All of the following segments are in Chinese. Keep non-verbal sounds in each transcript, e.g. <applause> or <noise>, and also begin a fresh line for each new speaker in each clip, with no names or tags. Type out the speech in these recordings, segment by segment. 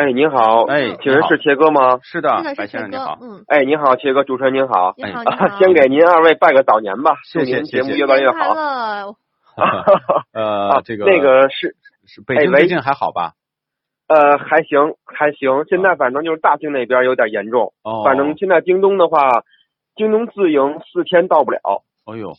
哎，您好，
哎
请问是切哥吗？
是的
是的，，
啊白先
是钱
生你
哥
<laughs>
好，，
嗯，
哎，您好，切哥，主持人您好，
你好，
哎
你好，
<laughs>
<laughs>
先给您二位拜个早年吧，
谢谢
祝您节目
谢谢
越办越
新年
好。
快乐，
<laughs> 呃，这个
啊那个是
是北
哎
京
喂
最近还好吧？
呃还行还行，现在反正就是大庆那边有点严重，
哦，
反正现在京东的话，京东自营四天到不了。
哎呦，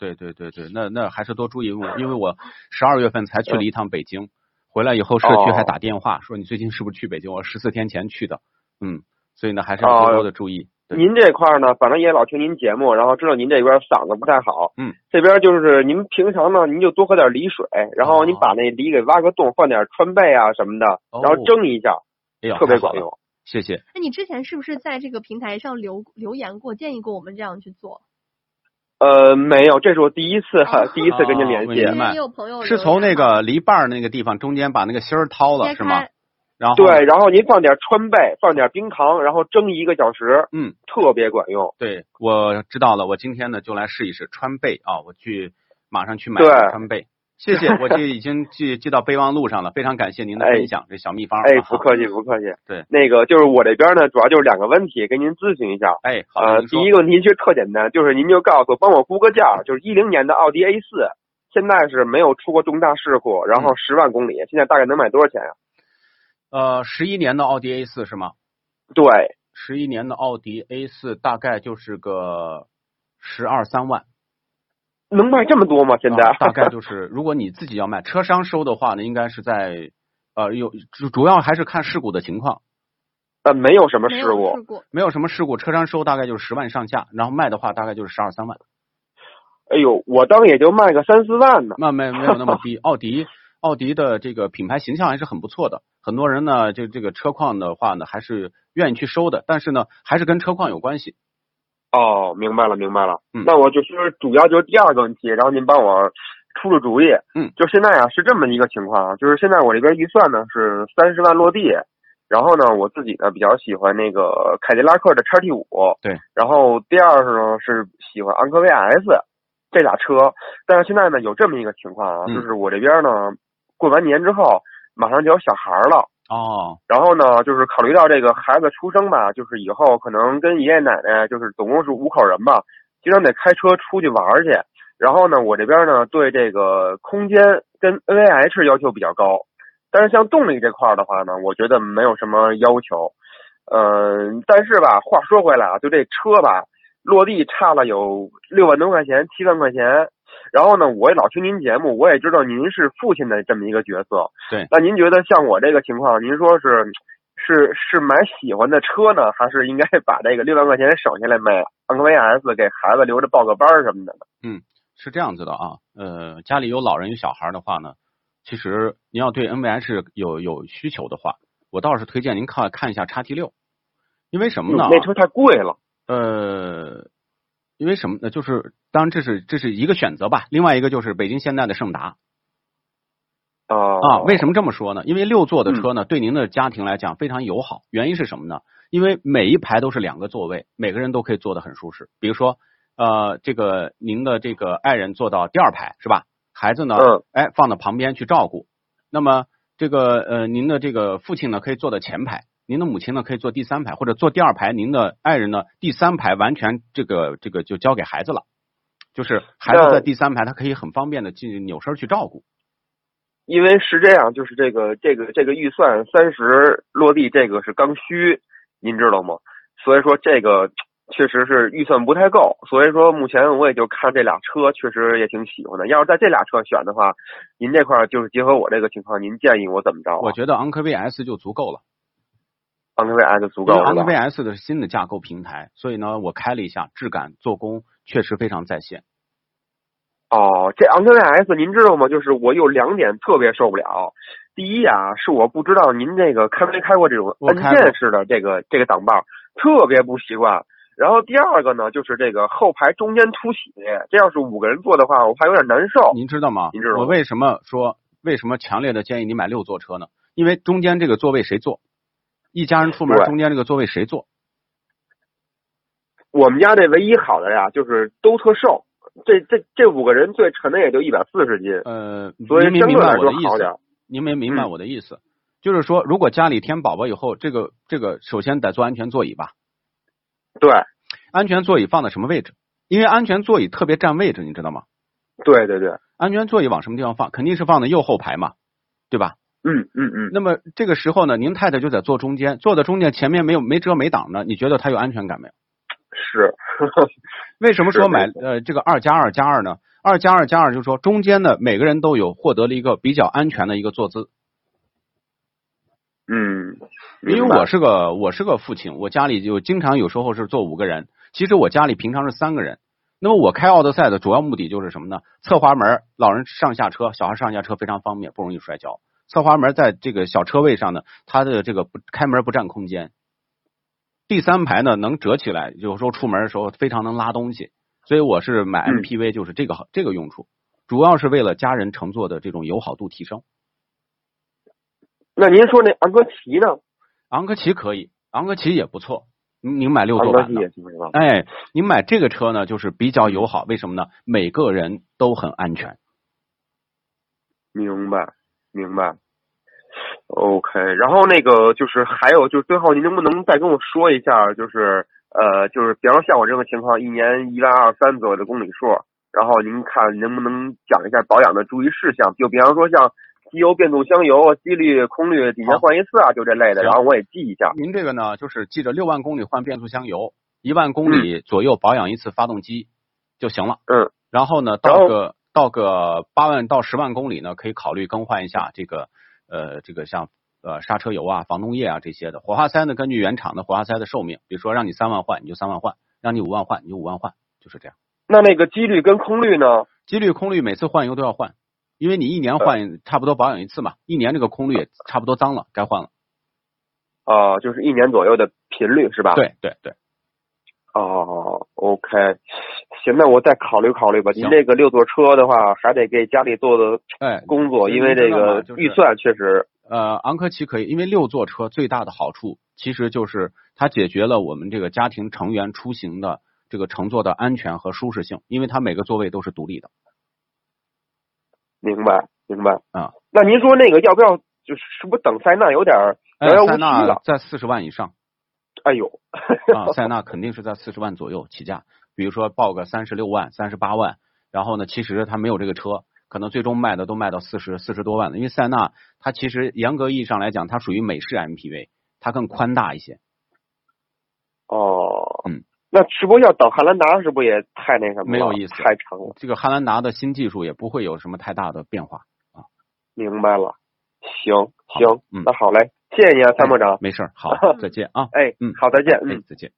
对对对对，那那还是多注意，我因为我十二月份才去了一趟北京，回来以后社区
哦
还打电话说你最近是不是去北京？我十四天前去的，嗯，所以呢还是
哦
要多多的注意。对
您这块儿呢，反正也老听您节目，然后知道您这边嗓子不太好，
嗯，
这边就是您平常呢，您就多喝点梨水，然后您
哦
把那梨给挖个洞，放点川贝啊什么的，
哦
然后蒸一下，
哎呦，
特别
太好
管
了，
用。
谢谢。
那哎你之前是不是在这个平台上留留言过，建议过我们这样去做？
呃，没有，这是我第一次、
哦
第一次跟您联
哦
系
明，
因
白
为也有朋友
是
留言
从那
嘛
个梨瓣儿那个地方中间把那个芯儿掏了
切
是吗
开？
然后
对，然后您放点川贝，放点冰糖，然后蒸一个小时，
嗯，
特别管用。
对，我知道了，我今天呢就来试一试川贝啊，我去马上去买
对
个川贝。谢谢，我这已经寄寄到备忘录上了，非常感谢您的
哎
分享，这小秘方。
哎，
啊
不客气，不客气。
对，
那个就是我这边呢，主要就是两个问题跟您咨询一下。
哎，好的，
呃，
您
第
说
一个问题其实特简单，就是您就告诉我，帮我估个价儿，就是一零年的奥迪 A 四，现在是没有出过重大事故，然
嗯
后十万公里，现在大概能买多少钱呀、啊
呃，十一年的奥迪 A 四是吗？
对，
十一年的奥迪 A 四大概就是个十二三万，
能卖这么多吗？现在、
啊大
<laughs>
概就是如果你自己要卖，车商收的话呢，应该是在呃有主主要还是看事故的情况，
呃没有什么
没
事
有
故
试。过，
没有什么事故，车商收大概就是十万上下，然后卖的话大概就是十二三万。
哎呦，我当也就卖个三四万呢。
那没没有那么低。奥迪奥迪的这个品牌形象还是很不错的，很多人呢，就这个车况的话呢，还是愿意去收的，但是呢，还是跟车况有关系。
哦，明白了，明白了。
嗯
那我就是主要就是第二个问题，然后您帮我出出主意。
嗯，
就现在啊是这么一个情况啊，就是现在我这边预算呢是三十万落地，然后呢我自己呢比较喜欢那个凯迪拉克的叉 T 五，
对，
然后第二呢是喜欢昂科威 S 这俩车，但是现在呢有这么一个情况啊，
嗯
就是我这边呢过完年之后马上就有小孩了。
哦，
然后呢，就是考虑到这个孩子出生吧，就是以后可能跟爷爷奶奶，就是总共是五口人吧，经常得开车出去玩儿去。然后呢，我这边呢对这个空间跟 NVH 要求比较高，但是像动力这块儿的话呢，我觉得没有什么要求。嗯、但是吧，话说回来啊，就这车吧，落地差了有六万多块钱、七万块钱。然后呢，我也老听您节目，我也知道您是父亲的这么一个角色。
对
<laughs> 那您觉得像我这个情况，您说是是是买喜欢的车呢，还是应该把这个六万块钱省下来买昂科威 S 给孩子留着报个班儿什么的呢？
是这样子的啊，呃，家里有老人有小孩的话呢，其实您要对 NVH 有有需求的话，我倒是推荐您看看一下叉 T 六，因为什么呢？啊
那车太贵了。
呃，因为什么呢？呃就是当然这是这是一个选择吧，另外一个就是北京现代的胜达，
啊
啊，为什么这么说呢？因为六座
嗯
的车呢，对您的家庭来讲非常友好。原因是什么呢？因为每一排都是两个座位，每个人都可以坐得很舒适。比如说，呃，这个您的这个爱人坐到第二排是吧？孩子呢，
嗯
哎，放到旁边去照顾。那么这个呃，您的这个父亲呢，可以坐到前排。您的母亲呢可以坐第三排，或者坐第二排。您的爱人呢，第三排完全这个这个就交给孩子了，就是孩子
那
在第三排，他可以很方便的进扭身去照顾。
因为是这样，就是这个这个这个预算三十落地，这个是刚需，您知道吗？所以说这个确实是预算不太够，所以说目前我也就看这俩车，确实也挺喜欢的。要是在这俩车选的话，您这块儿就是结合我这个情况，您建议我怎么着、啊？
我觉得昂科威 S 就足够了。
昂科威 S 足
因
够
为
了
昂科
吧
威 S 的是新的架构平台，所以呢，我开了一下，质感、做工确实非常在线。
哦，这昂科威 S 您知道吗？就是我有两点特别受不了。第一啊，是我不知道您这个开没开过这种
我
按
开过
键式的这个这个挡把，特别不习惯。然后第二个呢，就是这个后排中间凸起，这要是五个人坐的话，我怕有点难受。
您知道吗？
您知道
我
吗
为什么说为什么强烈的建议你买六座车呢？因为中间这个座位谁坐？一家人出门
对
中间这个座位谁坐？
我们家这唯一好的呀，就是都特瘦，这这这五个人最沉的也就一百四十斤，
呃，您
所以
没
相
明
对
白
来
我的
说
意
好点
思
儿。？
您没明白
嗯
我的意思，就是说，如果家里添宝宝以后，这个这个首先得做安全座椅吧？
对
安全座椅放在什么位置？因为安全座椅特别占位置，你知道吗？
对对对，
安全座椅往什么地方放？肯定是放在右后排嘛，对吧？
嗯嗯嗯，
那么这个时候呢，您太太就在坐中间，坐在中间前面没有没遮没挡的，你觉得她有安全感没有？
是，
为什么
是
说
没
买
错
呃这个二加二加二呢？二加二加二就是说中间呢每个人都有获得了一个比较安全的一个坐姿，
嗯，
因为
明白
我是个我是个父亲，我家里就经常有时候是坐五个人，其实我家里平常是三个人。那么我开奥德赛的主要目的就是什么呢？侧滑门，老人上下车，小孩上下车非常方便，不容易摔跤。侧滑门在这个小车位上呢，它的这个不开门不占空间。第三排呢能折起来，有时候出门的时候非常能拉东西，所以我是买
嗯
MPV 就是这个好、这个用处，主要是为了家人乘坐的这种友好度提升。
那您说那昂科旗呢？
昂科旗可以，昂科旗也不错，您您买六
昂
座
科
版
旗
的。
也行是吧？
哎，你买这个车呢，就是比较友好，为什么呢？每个人都很安全。
明白，明白。OK，然后那个就是还有就是最后您能不能再跟我说一下，就是呃，就是比方说像我这个情况，一年一万二三左右的公里数，然后您看能不能讲一下保养的注意事项？就比方说像机油变速箱油、啊，机滤、空滤几年
好
换一次啊，就这类的，
行
然后我也记一下。
您这个呢，就是记着六万公里换变速箱油，一万公里左右保养一次发动机就行了。
嗯，
然后呢，
然
到
后
个到个八万到十万公里呢，可以考虑更换一下这个呃这个像呃刹车油啊、防冻液啊这些的。火花塞呢，根据原厂的火花塞的寿命，比如说让你三万换，你就三万换；让你五万换，你就五万换，就是这样。
那那个机滤跟空滤呢？
机滤、空滤每次换油都要换，因为你一年换差不多保养一次嘛，一年这个空滤也差不多脏了，该换了。
啊、就是一年左右的频率是吧？。
对对对，
哦，OK，行，那我再考虑考虑吧。您
行
这个六座车的话，还得给家里做做
哎，
工作，
对
因为
您
这
知道吗
个
就是
预算确实，
呃，昂科旗可以，因为六座车最大的好处其实就是它解决了我们这个家庭成员出行的这个乘坐的安全和舒适性，因为它每个座位都是独立的。
明白明白。
啊，
那您说那个要不要？就是是不是等塞纳有点儿
哎
遥遥，无
塞
期
纳
了？
在四十万以上
哎呦， <laughs>
啊，塞纳肯定是在四十万左右起价，比如说报个三十六万、三十八万，然后呢，其实他没有这个车，可能最终卖的都卖到四十四十多万了，因为塞纳它其实严格意义上来讲，它属于美式 MPV，它更宽大一些。
哦，
嗯，
那直播要等汉兰达是不是也太那什么了？
没有意思
太长了。
这个汉兰达的新技术也不会有什么太大的变化。
明白了，行
好
行，
嗯
那好嘞，谢谢您啊，参谋长。，
没事儿，好
<laughs>
再见啊，
哎
嗯，
好，再见，嗯
哎。，再见。